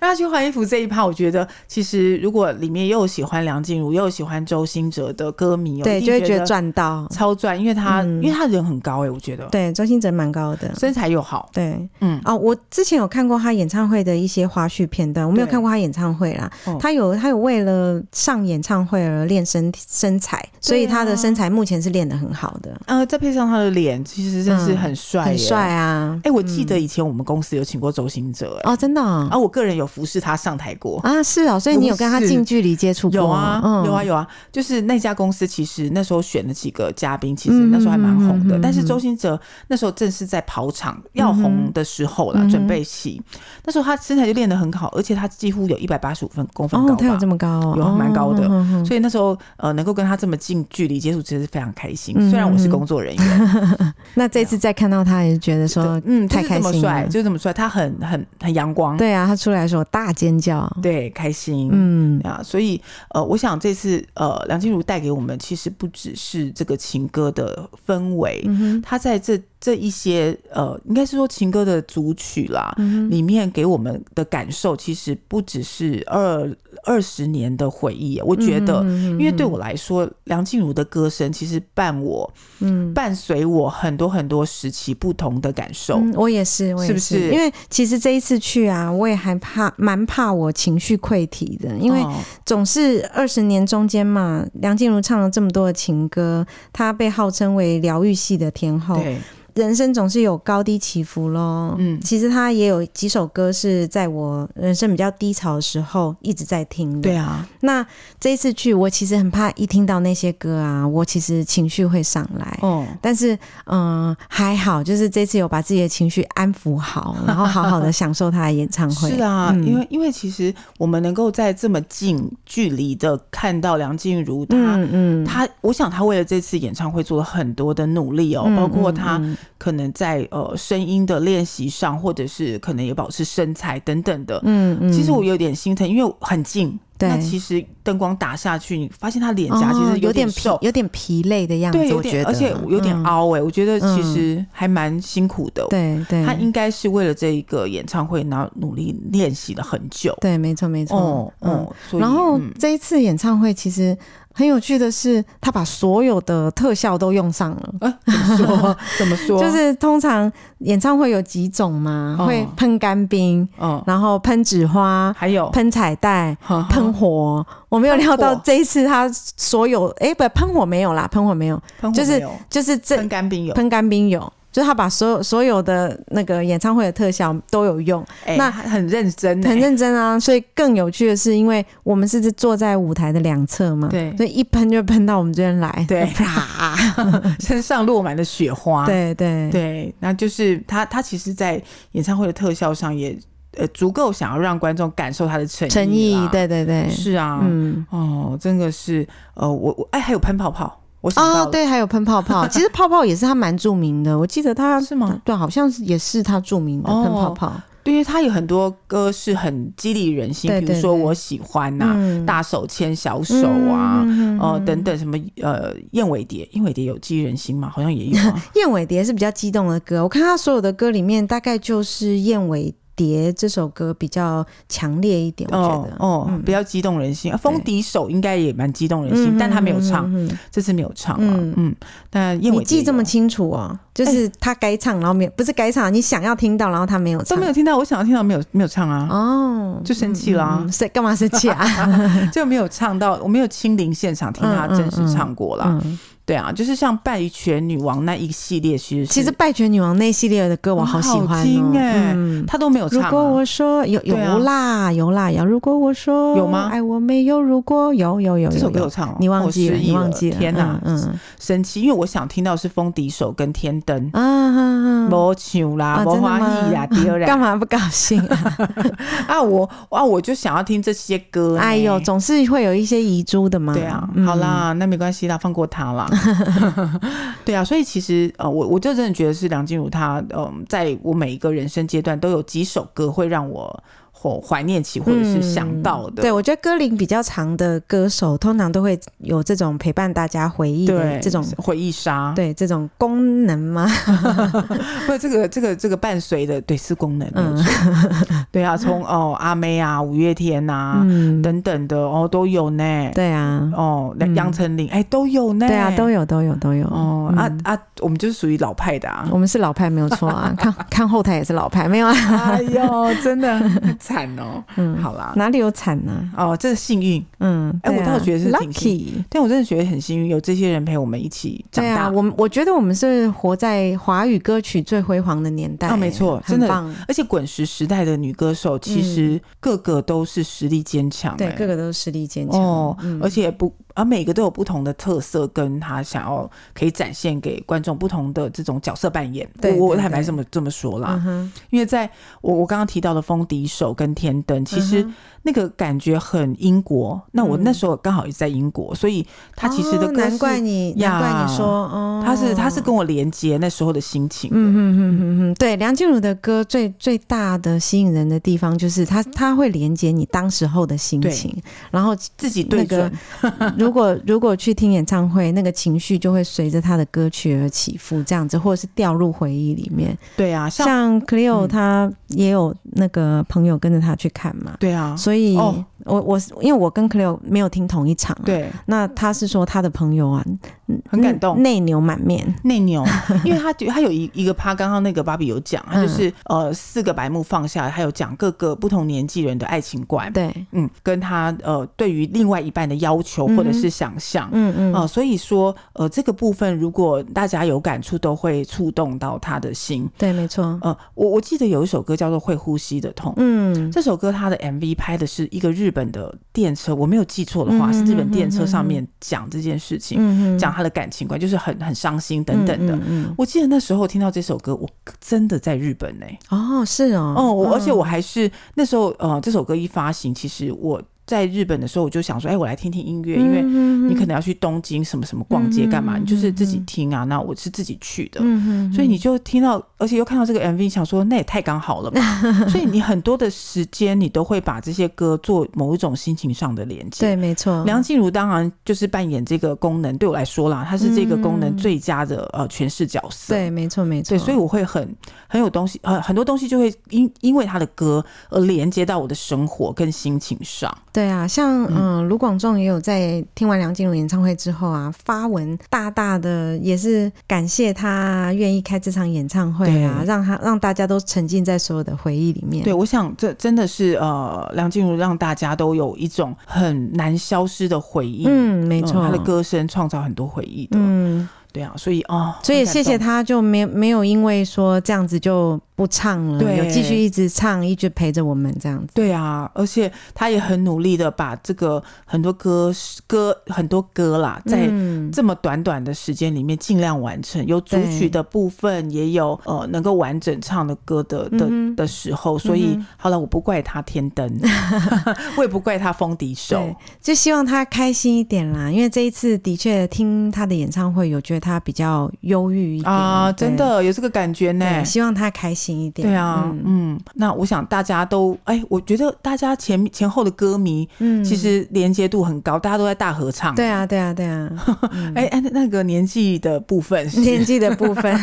Speaker 3: 让他去换衣服这一趴，我觉得其实如果里面又有喜欢梁静茹，又有喜欢周星哲的歌迷，我
Speaker 2: 对，
Speaker 3: 一定
Speaker 2: 就会
Speaker 3: 觉
Speaker 2: 觉得赚到。
Speaker 3: 超赚，因为他、
Speaker 2: 嗯
Speaker 3: 因为他人很高哎、我觉得
Speaker 2: 对，周兴哲蛮高的，
Speaker 3: 身材又好，
Speaker 2: 对，
Speaker 3: 嗯
Speaker 2: 哦，我之前有看过他演唱会的一些花絮片段，我没有
Speaker 3: 对
Speaker 2: 看过他演唱会啦
Speaker 3: 哦。
Speaker 2: 他有他有为了上演唱会而练身身材，
Speaker 3: 啊
Speaker 2: 所以他的身材目前是练得很好的，
Speaker 3: 呃，再配上他的脸，其实真是很帅、
Speaker 2: 嗯很帅。啊
Speaker 3: 哎、。我记得以前我们公司有请过周星哲、哎、
Speaker 2: 哦，真的哦
Speaker 3: 啊，我个人有服侍他上台过。
Speaker 2: 啊，是哦，所以你有跟他近距离接触过？
Speaker 3: 有啊，
Speaker 2: 嗯
Speaker 3: 有啊，，有啊，就是那家公司其实那时候选了几个嘉宾，其实那时候还蛮红的。
Speaker 2: 嗯嗯嗯嗯嗯
Speaker 3: 但是周星哲那时候正是在跑场要红的时候啦，
Speaker 2: 嗯哼
Speaker 3: 准备期。那时候他身材就练得很好，而且他几乎有一百八十五分公分高
Speaker 2: 哦，他有
Speaker 3: 吧
Speaker 2: 这。么高哦，
Speaker 3: 有蛮高的
Speaker 2: 哦哼哼
Speaker 3: 所以那时候，呃，能够跟他这么近距离接触，真的是非常开心。
Speaker 2: 嗯
Speaker 3: 虽然我是
Speaker 2: 嗯嗯
Speaker 3: 工作人员，
Speaker 2: 那这次再看到他，也是觉得 说，
Speaker 3: 嗯，就
Speaker 2: 哦太
Speaker 3: 是这
Speaker 2: 开
Speaker 3: 么
Speaker 2: 心
Speaker 3: 帅，
Speaker 2: 了。
Speaker 3: 就是这么帅，他很很很阳光，
Speaker 2: 对啊，他出来的时候大尖叫。
Speaker 3: 对，开心，
Speaker 2: 嗯，
Speaker 3: 啊，所以呃，我想这次呃，梁静茹带给我们其实不只是这个情歌的氛围，
Speaker 2: 嗯
Speaker 3: 她在这这一些呃，应该是说情歌的组曲啦，
Speaker 2: 嗯
Speaker 3: 里面给我们的感受其实不只是二二十年的回忆，
Speaker 2: 嗯
Speaker 3: 我觉得。因为对我来说，梁静茹的歌声其实伴我、
Speaker 2: 嗯，
Speaker 3: 伴随我很多很多时期不同的感受。
Speaker 2: 嗯我也是，我也
Speaker 3: 是不是
Speaker 2: 因为其实这一次去啊，我也还怕，蛮怕我情绪溃堤的，因为
Speaker 3: 哦
Speaker 2: 总是二十年中间嘛，梁静茹唱了这么多的情歌，她被号称为疗愈系的天后，
Speaker 3: 对，
Speaker 2: 人生总是有高低起伏咯。
Speaker 3: 嗯
Speaker 2: 其实她也有几首歌是在我人生比较低潮的时候一直在听的。
Speaker 3: 对啊，
Speaker 2: 那这一次去，我其实很怕一听到那些歌啊，我其实情绪会上来。
Speaker 3: 哦，
Speaker 2: 但是，嗯、还好，就是这次有把自己的情绪安抚好，然后好好的享受他的演唱会。
Speaker 3: 是啊，
Speaker 2: 嗯
Speaker 3: 因为因为其实我们能够在这么近距离的看到梁静茹，她、
Speaker 2: 嗯嗯，
Speaker 3: 她，我想她为了这次演唱会做了很多的努力哦，
Speaker 2: 嗯
Speaker 3: 包括她
Speaker 2: 嗯
Speaker 3: 可能在呃声音的练习上，或者是可能也保持身材等等的。
Speaker 2: 嗯，嗯
Speaker 3: 其实我有点心疼，因为很近，
Speaker 2: 对
Speaker 3: 那其实灯光打下去，你发现她脸
Speaker 2: 哦
Speaker 3: 颊其实
Speaker 2: 有
Speaker 3: 点
Speaker 2: 疲
Speaker 3: 瘦。，
Speaker 2: 有点疲累的样子，
Speaker 3: 对，有
Speaker 2: 我觉
Speaker 3: 点，
Speaker 2: 得，
Speaker 3: 而且有点
Speaker 2: 嗯。
Speaker 3: 凹哎、我觉得其
Speaker 2: 嗯
Speaker 3: 实还蛮辛苦的。
Speaker 2: 对对，
Speaker 3: 她应该是为了这一个演唱会，然后努力练习了很久。
Speaker 2: 对，没错没错。
Speaker 3: 哦
Speaker 2: 嗯，
Speaker 3: 哦，所以
Speaker 2: 然后
Speaker 3: 嗯
Speaker 2: 这一次演唱会其实很有趣的是，他把所有的特效都用上了。
Speaker 3: 哎，怎么说？怎么说？
Speaker 2: 就是通常演唱会有几种嘛，
Speaker 3: 哦
Speaker 2: 会喷干冰，
Speaker 3: 嗯，
Speaker 2: 然后喷纸花，
Speaker 3: 还有
Speaker 2: 喷彩带。
Speaker 3: 哈哈
Speaker 2: 喷火，我没有料到
Speaker 3: 哦喷火
Speaker 2: 这一次他所有哎、不喷火没有啦，喷火没有，
Speaker 3: 喷火
Speaker 2: 就是
Speaker 3: 没有
Speaker 2: 就是这
Speaker 3: 喷干冰有
Speaker 2: 喷干冰有，就是他把所有所有的那个演唱会的特效都有用，
Speaker 3: 哎
Speaker 2: 那
Speaker 3: 很认真欸，
Speaker 2: 很认真啊。所以更有趣的是，因为我们是坐在舞台的两侧嘛，
Speaker 3: 对
Speaker 2: 所以一喷就喷到我们这边来，
Speaker 3: 对
Speaker 2: 啪，
Speaker 3: 身上落满了雪花。
Speaker 2: 对对
Speaker 3: 对，那就是他，他其实，在演唱会的特效上也呃足够想要让观众感受他的诚
Speaker 2: 诚
Speaker 3: 意
Speaker 2: 意
Speaker 3: 啦，，
Speaker 2: 对对对，
Speaker 3: 是啊，
Speaker 2: 嗯。
Speaker 3: 哦，真的是呃，我我哎，还有喷泡泡，我想到
Speaker 2: 哦，
Speaker 3: 了，
Speaker 2: 对，还有喷泡 泡，其实泡泡也是他蛮著名的，我记得他
Speaker 3: 是吗？
Speaker 2: 对，好像是也是他著名的
Speaker 3: 哦
Speaker 2: 喷泡泡，
Speaker 3: 对，因为他有很多歌是很激励人心，
Speaker 2: 对
Speaker 3: 比如
Speaker 2: 对
Speaker 3: 说
Speaker 2: 对
Speaker 3: 我喜欢啊呐、
Speaker 2: 嗯
Speaker 3: 大手牵小手啊。
Speaker 2: 嗯嗯嗯
Speaker 3: 呃，等等，什么呃，燕尾蝶，燕尾蝶有激励人心嘛？好像也有啊。
Speaker 2: 燕尾蝶是比较激动的歌，我看他所有的歌里面，大概就是燕尾蝶这首歌比较强烈一 点，我觉
Speaker 3: 哦
Speaker 2: 得。嗯
Speaker 3: 哦，比较激动人心。啊风笛手应该也蛮激动人心，但他没有唱，
Speaker 2: 嗯嗯嗯
Speaker 3: 这次没有唱啊
Speaker 2: 嗯。
Speaker 3: 嗯，但燕尾
Speaker 2: 你
Speaker 3: 蝶
Speaker 2: 记这
Speaker 3: 有
Speaker 2: 么清楚哦，就是他该唱，然后没有，不是该唱，你想要听到，然后他没有
Speaker 3: 都
Speaker 2: 唱，
Speaker 3: 没有听到，我想要听到没有没有唱啊，
Speaker 2: 哦，
Speaker 3: 哦就生气啦
Speaker 2: 嗯， 是干嘛生气啊？
Speaker 3: 就没有唱到，我没有亲临现场听他真实唱过啦。
Speaker 2: 嗯
Speaker 3: 对啊，就是像《拜权女王》那一系列，其实
Speaker 2: 其实
Speaker 3: 是
Speaker 2: 《拜权女王》那一系列的歌我好喜
Speaker 3: 很好
Speaker 2: 欢哦
Speaker 3: 听，哎
Speaker 2: 嗯
Speaker 3: 他都没有唱
Speaker 2: 如
Speaker 3: 啊。
Speaker 2: 果我说有有
Speaker 3: 对啊
Speaker 2: 啦有啦有，如果我说
Speaker 3: 有吗
Speaker 2: 爱我没有，如果有有有
Speaker 3: 这首歌有
Speaker 2: 有，
Speaker 3: 唱哦，
Speaker 2: 你忘记
Speaker 3: 我
Speaker 2: 了，
Speaker 3: 失忆
Speaker 2: 你忘记了，
Speaker 3: 天哪，
Speaker 2: 嗯嗯
Speaker 3: 生气，因为我想听到是风笛手跟天灯，
Speaker 2: 啊啊啊
Speaker 3: 没唱啦，
Speaker 2: 啊
Speaker 3: 没
Speaker 2: 真的
Speaker 3: 欢喜 啦，
Speaker 2: 吗
Speaker 3: 第二
Speaker 2: 干
Speaker 3: 啦，
Speaker 2: 嘛不高兴啊？
Speaker 3: 啊我啊我就想要听这些歌，
Speaker 2: 哎呦，。总是会有一些遗珠的嘛。
Speaker 3: 对啊，
Speaker 2: 嗯
Speaker 3: 好，啦，那没关系啦，放过 他啦。对啊，所以其实呃，我我就真的觉得是梁静茹她，嗯、在我每一个人生阶段都有几首歌会让我怀怀念起，或者是想到的。
Speaker 2: 嗯对我觉得歌龄比较长的歌手，通常都会有这种陪伴大家回忆的
Speaker 3: 对，啊
Speaker 2: 这种。
Speaker 3: 回忆杀，
Speaker 2: 对这种功能吗？
Speaker 3: 不，这个这个这个伴随的对是功能，没有
Speaker 2: 嗯
Speaker 3: 错。对啊，从哦阿妹啊、五月天呐、
Speaker 2: 嗯，
Speaker 3: 等等的哦都有呢。
Speaker 2: 对啊，
Speaker 3: 哦，那
Speaker 2: 嗯
Speaker 3: 杨丞琳哎都有呢。
Speaker 2: 对啊，都
Speaker 3: 有。
Speaker 2: 有，都有，都有。
Speaker 3: 哦
Speaker 2: 嗯
Speaker 3: 啊啊，我们就是属于老派 的啊
Speaker 2: 我。们是老派没有错 啊，看看后台也是老派，没有啊，
Speaker 3: 哎呦，真的 很惨哦。
Speaker 2: 嗯，
Speaker 3: 好啦，
Speaker 2: 哪里有惨呢、
Speaker 3: 哦，这是幸运。
Speaker 2: 嗯，
Speaker 3: 哎
Speaker 2: 对啊
Speaker 3: 我倒觉得是挺幸
Speaker 2: lucky。
Speaker 3: 但我真的觉得很幸运，有这些人陪我们一起长
Speaker 2: 对啊，
Speaker 3: 大。
Speaker 2: 我们我觉得我们是活在华语歌曲最辉煌的年代，
Speaker 3: 啊没错
Speaker 2: 很
Speaker 3: 真的
Speaker 2: 棒，
Speaker 3: 而且滚石时代的女歌手，其实个个都是实力坚
Speaker 2: 嗯
Speaker 3: 强。
Speaker 2: 对，
Speaker 3: 哎
Speaker 2: 个个都是实力坚强。
Speaker 3: 哦，
Speaker 2: 嗯
Speaker 3: 而且不啊，每个都有不同的特色，跟他想要可以展现给观众不同的这种角色扮演。
Speaker 2: 对
Speaker 3: 我我
Speaker 2: 对
Speaker 3: 坦白
Speaker 2: 对
Speaker 3: 这么这么说啦，
Speaker 2: 嗯哼，
Speaker 3: 因为在我我刚刚提到的风笛手跟天灯，其实
Speaker 2: 嗯哼
Speaker 3: 那个感觉很英国。那我
Speaker 2: 嗯
Speaker 3: 那时候刚好也在英国，所以他其实的
Speaker 2: 哦
Speaker 3: 歌
Speaker 2: 难怪
Speaker 3: 是
Speaker 2: 你，
Speaker 3: 呀
Speaker 2: 难怪你说，哦，
Speaker 3: 他是他是跟我连接那时候的心情的。
Speaker 2: 嗯嗯嗯嗯嗯，对，梁静茹的歌最最大的吸引人的地方就是她，她会连接你当时候的心
Speaker 3: 嗯对
Speaker 2: 情，然后
Speaker 3: 自己对
Speaker 2: 那个
Speaker 3: 准，
Speaker 2: 如果如果去听演唱会，那个情绪就会随着他的歌曲而起伏，这样子，或者是掉入回忆里面。
Speaker 3: 对啊，像
Speaker 2: 像 Cleo，
Speaker 3: 嗯
Speaker 2: 他也有那个朋友跟着他去看嘛，
Speaker 3: 对啊，
Speaker 2: 所以
Speaker 3: 哦
Speaker 2: 我我因为我跟 Cleo 没有听同一场、，
Speaker 3: 对，
Speaker 2: 那他是说他的朋友啊，
Speaker 3: 很感动。
Speaker 2: 内牛满面，
Speaker 3: 内 牛，因为他觉他有一一个趴，刚刚那个芭比有讲，
Speaker 2: 嗯
Speaker 3: 他就是、呃四个白目放下，他有讲各个不同年纪人的爱情观，
Speaker 2: 对，
Speaker 3: 嗯，跟他呃对于另外一半的要求或者是想象。
Speaker 2: 嗯嗯，
Speaker 3: 啊、所以说，呃，这个部分如果大家有感触，都会触动到他的心。
Speaker 2: 对，没错，
Speaker 3: 呃，我我记得有一首歌叫做《会呼吸的痛》，
Speaker 2: 嗯，
Speaker 3: 这首歌它的 MV 拍的是一个日本的电车，我没有记错的话，
Speaker 2: 嗯
Speaker 3: 是日本电
Speaker 2: 嗯嗯
Speaker 3: 车
Speaker 2: 嗯
Speaker 3: 上面讲这件事情，
Speaker 2: 嗯
Speaker 3: 讲他的感情观，就是很很伤心等等的。
Speaker 2: 嗯嗯
Speaker 3: 我记得那时候听到这首歌，我真的在日本呢、
Speaker 2: 嗯哦，是哦，
Speaker 3: 哦，我而且我还是那时候呃，这首歌一发行，其实我在日本的时候，我就想说，哎、我来听听音乐，因为
Speaker 2: 为
Speaker 3: 你可能要去东京什么什么逛街干嘛，
Speaker 2: 嗯嗯嗯嗯
Speaker 3: 你就是自己听啊。那我是自己去的。
Speaker 2: 嗯嗯，
Speaker 3: 所以你就听到，而且又看到这个 MV，想说那也太刚好了 吧。所以你很多的时间，你都会把这些歌做某一种心情上的连接。
Speaker 2: 对，没错，
Speaker 3: 梁静茹当然就是扮演这个功能，对我来说啦，她是这个功能最佳的、呃诠释角
Speaker 2: 嗯
Speaker 3: 色。
Speaker 2: 对，没错，没错，
Speaker 3: 对，所以我会很很有东西，很很多东西就会因因为他的歌而连接到我的生活跟心情上。
Speaker 2: 对啊，像嗯，卢广仲也有在听完梁静茹演唱会之后啊，发文大大的也是感谢他愿意开这场演唱会啊，
Speaker 3: 对
Speaker 2: 让他让大家都沉浸在所有的回忆里面。
Speaker 3: 对，我想这真的是呃，梁静茹让大家都有一种很难消失的回忆。
Speaker 2: 嗯，没
Speaker 3: 嗯
Speaker 2: 错，
Speaker 3: 她的歌声创造很多回忆的。
Speaker 2: 嗯，
Speaker 3: 对啊，所以哦，
Speaker 2: 所以谢谢
Speaker 3: 他。
Speaker 2: 他，就没没有因为说这样子就不唱了，
Speaker 3: 对
Speaker 2: 有继续一直唱，一直陪着我们这样子。
Speaker 3: 对啊，而且他也很努力的把这个很多歌歌很多歌啦，在
Speaker 2: 嗯
Speaker 3: 这么短短的时间里面尽量完成，有主
Speaker 2: 对
Speaker 3: 曲的部分，也有呃能够完整唱的歌的的、
Speaker 2: 嗯哼
Speaker 3: 的时候，所以、好了，我不怪他天灯， 我也不怪他风笛手
Speaker 2: 对，就希望他开心一点啦，因为这一次的确听他的演唱会，有觉得他比较忧郁一点
Speaker 3: 啊，
Speaker 2: 对
Speaker 3: 真的有这个感觉呢。
Speaker 2: 对，希望他开心一点。
Speaker 3: 对啊，
Speaker 2: 嗯
Speaker 3: 嗯，那我想大家都，哎，我觉得大家前前后的歌迷
Speaker 2: 嗯
Speaker 3: 其实连接度很高，大家都在大合唱。
Speaker 2: 对啊，对啊，对 啊，
Speaker 3: 哎、哎，那那个年纪的部 分
Speaker 2: 年
Speaker 3: 是
Speaker 2: 纪的部分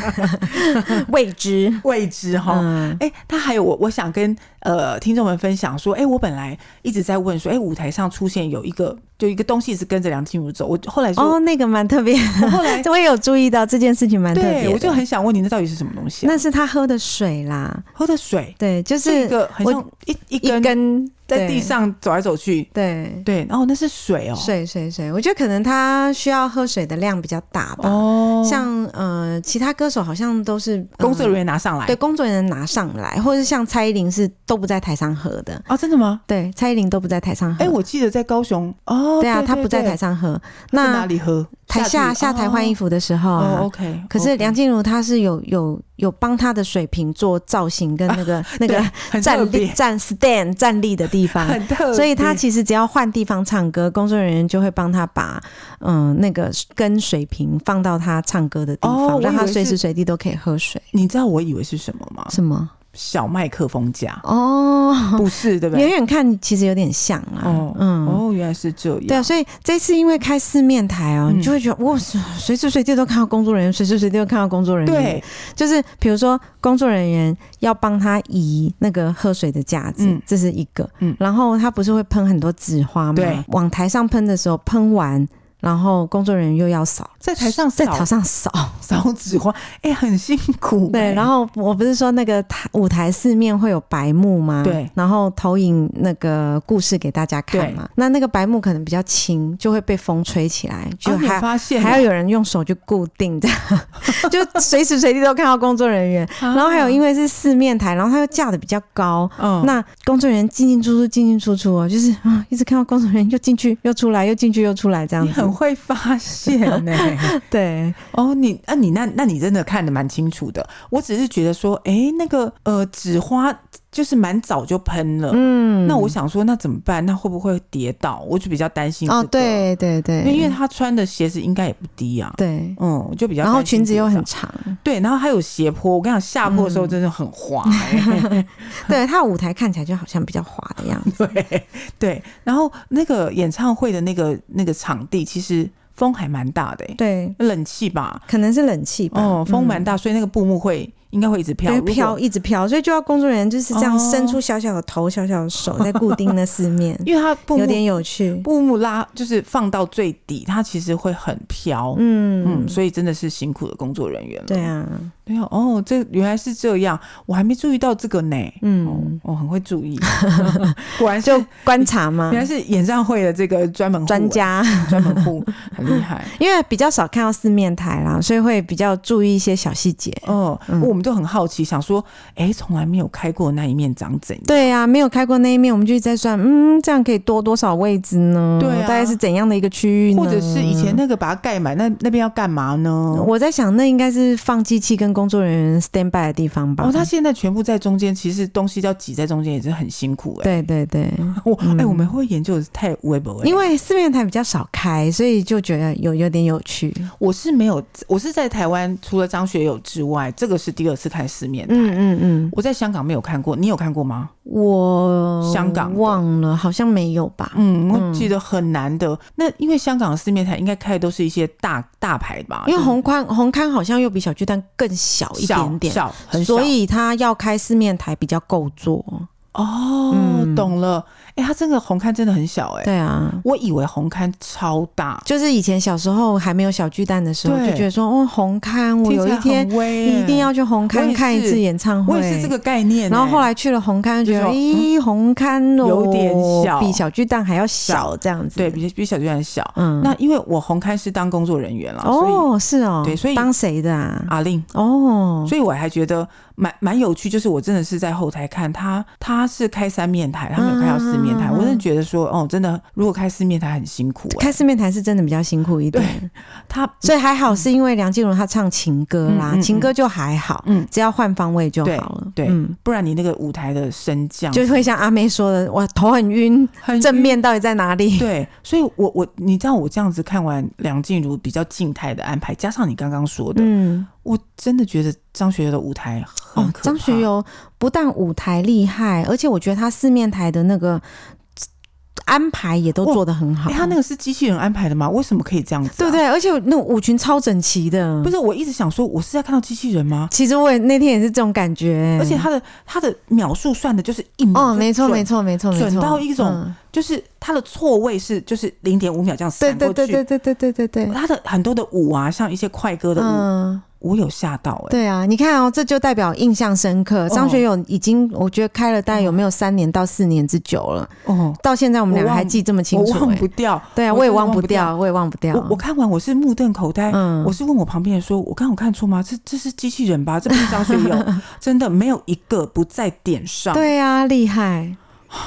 Speaker 2: 未知。
Speaker 3: 未知哈。
Speaker 2: 嗯，
Speaker 3: 哎、他还有我，我想跟呃听众们分享说，哎、我本来一直在问说，哎、舞台上出现有一个就一个东西一直跟着梁静茹走，我后来就、
Speaker 2: 哦，那个蛮特别，
Speaker 3: 我后 来
Speaker 2: 我也有注意到这件事情蛮特别
Speaker 3: 对
Speaker 2: 的。
Speaker 3: 我就很想问你，那到底是什么东西、啊？
Speaker 2: 那是他喝的水啦，
Speaker 3: 喝的水
Speaker 2: 对，就是
Speaker 3: 一
Speaker 2: 是
Speaker 3: 个很
Speaker 2: 我
Speaker 3: 像一一
Speaker 2: 一
Speaker 3: 根
Speaker 2: 根
Speaker 3: 在地，上走来走去，
Speaker 2: 对
Speaker 3: 对，然后那是水哦、
Speaker 2: 对，水水水，我觉得可能他需要喝水的量比较大吧。
Speaker 3: 哦，
Speaker 2: 像呃，其他歌手好像都是呃
Speaker 3: 工作人员拿上来，
Speaker 2: 对工作人员拿上来，或者是像蔡依林是都不在台上喝的，
Speaker 3: 啊，真的吗？
Speaker 2: 对，蔡依林都不在台上喝。
Speaker 3: 哎、我记得在高雄哦，
Speaker 2: 嗯对啊，
Speaker 3: 对
Speaker 2: 她不在
Speaker 3: 对
Speaker 2: 台上喝，
Speaker 3: 在哪
Speaker 2: 那
Speaker 3: 里喝？
Speaker 2: 台下
Speaker 3: 去
Speaker 2: 下台换衣
Speaker 3: 服
Speaker 2: 服的时候
Speaker 3: 哦
Speaker 2: 啊。
Speaker 3: o k
Speaker 2: 可是梁静茹她是有有有帮她的水瓶做造型跟那个、 那个
Speaker 3: 很特
Speaker 2: 站立
Speaker 3: 别，
Speaker 2: 站 stand 站立的地方，
Speaker 3: 很特别，
Speaker 2: 所以他其实只要换地方唱歌，工作人员就会帮他把嗯、那个跟水瓶放到他唱歌的地
Speaker 3: 哦
Speaker 2: 方，
Speaker 3: 我以为
Speaker 2: 让他随
Speaker 3: 是
Speaker 2: 时随地都可以喝水。
Speaker 3: 你知道我以为是什么吗？
Speaker 2: 什么？
Speaker 3: 小麦克风架，
Speaker 2: 哦，
Speaker 3: 不是对不
Speaker 2: 远
Speaker 3: 对？
Speaker 2: 远看其实有点像啊。
Speaker 3: 哦
Speaker 2: 嗯。
Speaker 3: 哦，原来是这
Speaker 2: 对啊，
Speaker 3: 样。
Speaker 2: 所以这次因为开四面台哦，
Speaker 3: 嗯
Speaker 2: 你就会觉得哇，随时随地都看到工作人员，随时随地都看到工作人员。，
Speaker 3: 对，
Speaker 2: 就是比如说工作人员要帮他移那个喝水的架子，
Speaker 3: 嗯
Speaker 2: 这是一个。
Speaker 3: 嗯
Speaker 2: 然后他不是会喷很多纸花吗？
Speaker 3: 对
Speaker 2: 往台上喷的时候喷完，然后工作人员又要扫，
Speaker 3: 在台上
Speaker 2: 在台
Speaker 3: 扫
Speaker 2: 上扫。
Speaker 3: 扫纸花，哎，很辛苦。哎
Speaker 2: 对，然
Speaker 3: 后
Speaker 2: 后我不是说那个台舞台四面会有白幕吗？
Speaker 3: 对
Speaker 2: 然后投影那个故事给大家看嘛。那那个白幕可能比较轻，就会被风吹起来，就
Speaker 3: 哦你
Speaker 2: 还
Speaker 3: 发现
Speaker 2: 还要
Speaker 3: 有，
Speaker 2: 有人用手去固定， 这样就随时随地都看到工作人员。
Speaker 3: 然
Speaker 2: 然后还有因为是四面台，然后它又架的比较高，
Speaker 3: 嗯
Speaker 2: 那工作人员进进出出，进进出出哦，就是啊、一直看到工作人员又进去又出来，又进去又出来这样
Speaker 3: 你很
Speaker 2: 子。
Speaker 3: 会发 现哎呢、
Speaker 2: 对，
Speaker 3: 哦，你啊，你那那你真的看得蛮清楚的。我只是觉得说，哎、那个呃，纸花就是蛮早就喷了。
Speaker 2: 嗯，
Speaker 3: 那我想说，那怎么办？那会不会跌倒？我就比较担心、这个。
Speaker 2: 哦，，对对对，
Speaker 3: 因为因为他穿的鞋子应该也不低啊。
Speaker 2: 对，
Speaker 3: 嗯，我就比较
Speaker 2: 然后
Speaker 3: 担心
Speaker 2: 裙子又
Speaker 3: 跌
Speaker 2: 很
Speaker 3: 倒
Speaker 2: 长，
Speaker 3: 对，然后还有斜坡，我跟你讲，下坡的时候真的很滑、
Speaker 2: 嗯
Speaker 3: 欸
Speaker 2: 对，它的舞台看起来就好像比较滑的样子。
Speaker 3: 对对，然后那个演唱会的那个那个场地，其实风还蛮大的、欸，
Speaker 2: 对，
Speaker 3: 冷气吧，
Speaker 2: 可能是冷气吧，
Speaker 3: 哦，风蛮
Speaker 2: 嗯。
Speaker 3: 大，所以那个布幕会应该会一直飘
Speaker 2: 对，，
Speaker 3: 如果
Speaker 2: 飘，一直飘，所以就要工作人员就是这样
Speaker 3: 哦
Speaker 2: 伸出小小的头、小小的手，在固定那四面
Speaker 3: ，因为它布
Speaker 2: 有
Speaker 3: 幕
Speaker 2: 点有趣。
Speaker 3: 布幕拉就是放到最底，它其实会很飘。
Speaker 2: 嗯
Speaker 3: 嗯，，所以真的是辛苦的工作人员了。
Speaker 2: 对，啊，
Speaker 3: 对啊，哦，这原来是这样，我还没注意到这个呢。
Speaker 2: 嗯
Speaker 3: 嗯，，我、很会 注意，果然是
Speaker 2: 就观察嘛
Speaker 3: 原，来是演唱会的这个专门户
Speaker 2: 专家，
Speaker 3: 欸，专门户很厉害。
Speaker 2: 因为比较少看到四面台啦，所以会比较注意一些小细节。
Speaker 3: 哦，
Speaker 2: 嗯
Speaker 3: 我们都很好奇，想说，哎、从来没有开过那一面长怎样？
Speaker 2: 对啊，没有开过那一面，我们就一直在算，嗯，这样可以多多少位置呢？
Speaker 3: 对啊
Speaker 2: 大概是怎样的一个区域呢？
Speaker 3: 或者是以前那个把它盖满，那那边要干嘛呢？
Speaker 2: 我在想，那应该是放机器跟工作人员 stand by 的地方吧？
Speaker 3: 哦，他现在全部在中间，其实东西要挤在中间也是很辛苦哎、
Speaker 2: 对对对，
Speaker 3: 我哎、
Speaker 2: 嗯
Speaker 3: 我们会研究得太微博、欸，
Speaker 2: 因为四面台比较少开，所以就觉得有有点有趣。
Speaker 3: 我是没有，我是在台湾除了张学友之外，这个是第二次看四面台。
Speaker 2: 嗯嗯嗯，
Speaker 3: 我在香港没有看过，你有看过吗？
Speaker 2: 我
Speaker 3: 香港的
Speaker 2: 忘了，好像没有吧？
Speaker 3: 嗯，我记得很难的。那因为香港的四面台应该开的都是一些大大牌吧，
Speaker 2: 因为
Speaker 3: 就是
Speaker 2: 红宽红刊好像又比小巨蛋更小一
Speaker 3: 小
Speaker 2: 点点，
Speaker 3: 小很小，
Speaker 2: 所以他要开四面台比较够坐。
Speaker 3: 哦，
Speaker 2: 嗯
Speaker 3: 懂了。哎、他这个红磡真的很小哎、
Speaker 2: 对啊，
Speaker 3: 我以为红磡超大，
Speaker 2: 就是以前小时候还没有小巨蛋的时候，
Speaker 3: 对
Speaker 2: 就觉得说哦，红磡，我有一天一定要去红
Speaker 3: 我也
Speaker 2: 磡
Speaker 3: 是
Speaker 2: 看一次演唱会。
Speaker 3: 我也是这个概念欸、
Speaker 2: 然后后来去了红磡，觉得
Speaker 3: 就说嗯
Speaker 2: 咦，红磡哦，
Speaker 3: 有点小
Speaker 2: 比小巨蛋还要小，这样子。
Speaker 3: 对，比比小巨蛋小。
Speaker 2: 嗯，
Speaker 3: 那因为我红磡是当工作人员了，所
Speaker 2: 哦，是哦，
Speaker 3: 对所以
Speaker 2: 当谁的啊
Speaker 3: 以？阿令。
Speaker 2: 哦，
Speaker 3: 所以我还觉得蛮蛮有趣，就是我真的是在后台看他，他是开三面台，他没有开到四面
Speaker 2: 嗯
Speaker 3: 台，我真的觉得说，哦，真的，如果开四面台很辛苦、欸，
Speaker 2: 开四面台是真的比较辛苦一点，
Speaker 3: 他
Speaker 2: 所以还好是因为梁静茹她唱情歌啦
Speaker 3: 嗯嗯，嗯
Speaker 2: 情歌就还好，
Speaker 3: 嗯
Speaker 2: 只要换方位就好了，
Speaker 3: 对对
Speaker 2: 嗯，
Speaker 3: 不然你那个舞台的升降
Speaker 2: 就会像阿妹说的，我头很晕，
Speaker 3: 很
Speaker 2: 正面到底在哪里？
Speaker 3: 对，所以我我你知道我这样子看完梁静茹比较静态的安排，加上你刚刚说的，
Speaker 2: 嗯，
Speaker 3: 我真的觉得张学友的舞台很
Speaker 2: 哦，
Speaker 3: 可怕。
Speaker 2: 张学友不但舞台厉害，而且我觉得他四面台的那个安排也都
Speaker 3: 哇
Speaker 2: 做得很好，
Speaker 3: 诶他那个是机器人安排的吗？为什么可以这样子、啊
Speaker 2: 对不？对？而且那种舞裙超整齐的，
Speaker 3: 不是，我一直想说，我是在看到机器人吗？
Speaker 2: 其实我也那天也是这种感觉，
Speaker 3: 而且他的他的秒数算的就是一秒，
Speaker 2: 嗯哦，没错没，错没错没错，
Speaker 3: 准到一种
Speaker 2: 嗯
Speaker 3: 就是他的错位是就是零点五秒这样
Speaker 2: 对
Speaker 3: 闪过
Speaker 2: 对
Speaker 3: 去。
Speaker 2: 对对对对对对对，
Speaker 3: 他的很多的舞啊，像一些快歌的舞，
Speaker 2: 嗯，
Speaker 3: 我有吓到哎、
Speaker 2: 对啊，你看哦，这就代表印象深
Speaker 3: 哦
Speaker 2: 刻。张学友已经我觉得开了
Speaker 3: 嗯
Speaker 2: 大概有没有三年到四年之久了，
Speaker 3: 哦，
Speaker 2: 到现在我们两个
Speaker 3: 我忘
Speaker 2: 还记这么清
Speaker 3: 我
Speaker 2: 楚、
Speaker 3: 忘
Speaker 2: 哎
Speaker 3: 不掉。
Speaker 2: 对啊，
Speaker 3: 我
Speaker 2: 我也
Speaker 3: 真的
Speaker 2: 忘
Speaker 3: 忘
Speaker 2: 不
Speaker 3: 不掉
Speaker 2: 掉，我也忘不掉。
Speaker 3: 我我看完我是目瞪口呆，
Speaker 2: 嗯
Speaker 3: 我是问我旁边人说：“我刚我看错吗？这这是机器人吧？这不是张学 友，真的没有一个不在点上。”，
Speaker 2: 对啊，厉害。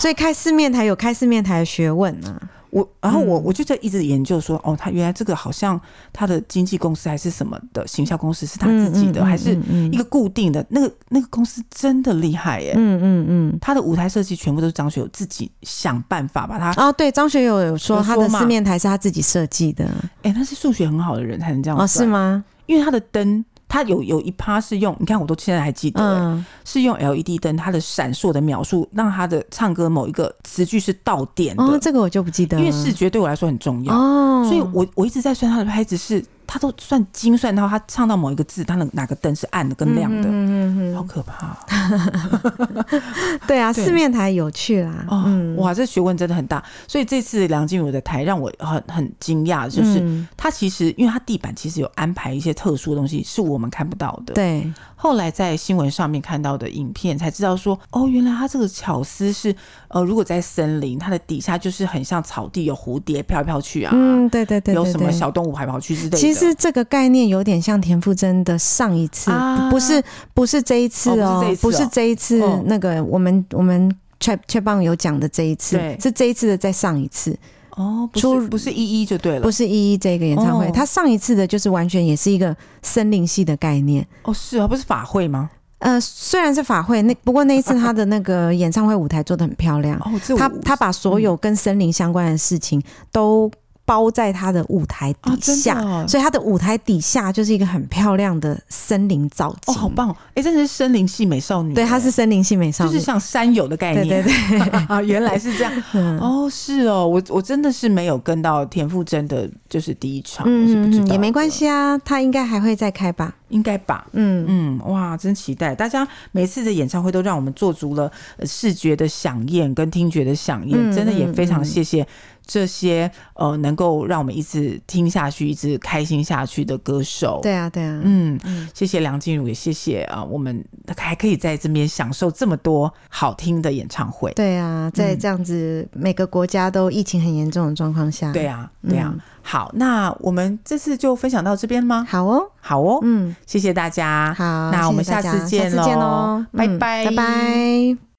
Speaker 2: 所以开四面台有开四面台的学问啊，
Speaker 3: 我然后我
Speaker 2: 嗯
Speaker 3: 我就在一直研究说，哦，他原来这个好像他的经纪公司还是什么的行销公司是他自己的，
Speaker 2: 嗯嗯嗯
Speaker 3: 还是
Speaker 2: 嗯
Speaker 3: 一个固定的？那个那个公司真的厉害耶、
Speaker 2: 嗯嗯嗯。
Speaker 3: 他的舞台设计全部都是张学友自己想办法把他，
Speaker 2: 哦，对，张学友有说
Speaker 3: 有说
Speaker 2: 他的
Speaker 3: 嘛
Speaker 2: 四面台是他自己设计的
Speaker 3: 哎、他是数学很好的人才能这样
Speaker 2: 哦，是
Speaker 3: 算？
Speaker 2: 吗？
Speaker 3: 因为他的灯，他有有一趴是用，你看我都现在还记得、哎
Speaker 2: 嗯，
Speaker 3: 是用 LED 灯，它的闪烁的秒数让他的唱歌某一个词句是到点的，
Speaker 2: 哦，这个我就不记得了，
Speaker 3: 因为视觉对我来说很重要，
Speaker 2: 哦，
Speaker 3: 所以我我一直在算他的拍子是，他都算精算到他唱到某一个字，他的哪个灯是暗的跟亮的，
Speaker 2: 嗯嗯嗯
Speaker 3: 好
Speaker 2: 嗯
Speaker 3: 可怕哦、
Speaker 2: 嗯，对啊，
Speaker 3: 对
Speaker 2: 四面台有趣啦，
Speaker 3: 哦
Speaker 2: 嗯，
Speaker 3: 哇，这学问真的很大。所以这次梁静茹的台让我很很惊讶，就是。
Speaker 2: 嗯
Speaker 3: 他其实，因为他地板其实有安排一些特殊的东西，是我们看不到的。
Speaker 2: 对，
Speaker 3: 后来在新闻上面看到的影片，才知道说，哦，原来它这个巧思是，呃，如果在森林，它的底下就是很像草地，有蝴蝶飘来飘去啊，
Speaker 2: 嗯，对对对，
Speaker 3: 有
Speaker 2: 对
Speaker 3: 什么
Speaker 2: 对
Speaker 3: 小动物跑来跑去之类的。
Speaker 2: 其实这个概念有点像田馥甄的上一次，
Speaker 3: 啊
Speaker 2: 不是不是这一次
Speaker 3: 哦
Speaker 2: 哦，不
Speaker 3: 不是
Speaker 2: 是这一次
Speaker 3: 哦
Speaker 2: 那个我们我们。雀雀棒有讲的这一次
Speaker 3: 对
Speaker 2: 是这一次的再上一次，
Speaker 3: 哦，不
Speaker 2: 出
Speaker 3: 是不是一一就对了，
Speaker 2: 不
Speaker 3: 是
Speaker 2: 是一一这个演唱会
Speaker 3: 哦，
Speaker 2: 它上一次的就是完全也是一个森林系的概念。
Speaker 3: 哦，是啊，不是法会吗？
Speaker 2: 呃，虽然是法会，那不过那一次他的那个演唱会舞台做的很漂亮，
Speaker 3: 哦，嗯这我
Speaker 2: 他他把所有跟森林相关的事情都包在他的舞台
Speaker 3: 啊
Speaker 2: 底，
Speaker 3: 真
Speaker 2: 下，
Speaker 3: 的哦
Speaker 2: 所以他的舞台底下就是一个很漂亮的森林造景。
Speaker 3: 哦，好！棒哦！哎，真的是森林系美少女，
Speaker 2: 对，她是森林系美少
Speaker 3: 就
Speaker 2: 女，
Speaker 3: 是像山友的概
Speaker 2: 对
Speaker 3: 念，
Speaker 2: 对对，
Speaker 3: 啊， 原来是这样。
Speaker 2: 嗯
Speaker 3: 哦，是哦，我我真的是没有跟到田馥甄的，就是第一场，我是不知
Speaker 2: 嗯
Speaker 3: 道
Speaker 2: 也没
Speaker 3: 的
Speaker 2: 关，系啊，她应该还会再开吧？
Speaker 3: 应该吧。
Speaker 2: 嗯，
Speaker 3: 嗯，哇，真期待！大家每次的演唱会都让我们做足了呃视觉的响应跟听觉的响应，
Speaker 2: 嗯
Speaker 3: 真的也
Speaker 2: 嗯
Speaker 3: 非常
Speaker 2: 嗯
Speaker 3: 谢谢这些呃能够让我们一直听下去、一直开心下去的歌手。
Speaker 2: 对啊对啊，
Speaker 3: 嗯，
Speaker 2: 嗯
Speaker 3: 谢谢梁静茹，也谢谢啊、呃我们还可以在这边享受这么多好听的演唱会。
Speaker 2: 对啊，在
Speaker 3: 嗯
Speaker 2: 这样子每个国家都疫情很严重的状况下，
Speaker 3: 对啊，对啊。
Speaker 2: 嗯
Speaker 3: 好，那我们这次就分享到这边吗？
Speaker 2: 好哦，
Speaker 3: 好哦，
Speaker 2: 嗯，
Speaker 3: 谢谢大家。
Speaker 2: 好，
Speaker 3: 那我们
Speaker 2: 谢谢大
Speaker 3: 下次
Speaker 2: 家下
Speaker 3: 见
Speaker 2: 次见
Speaker 3: 咯
Speaker 2: 喽，
Speaker 3: 拜
Speaker 2: 嗯
Speaker 3: 拜
Speaker 2: 拜拜。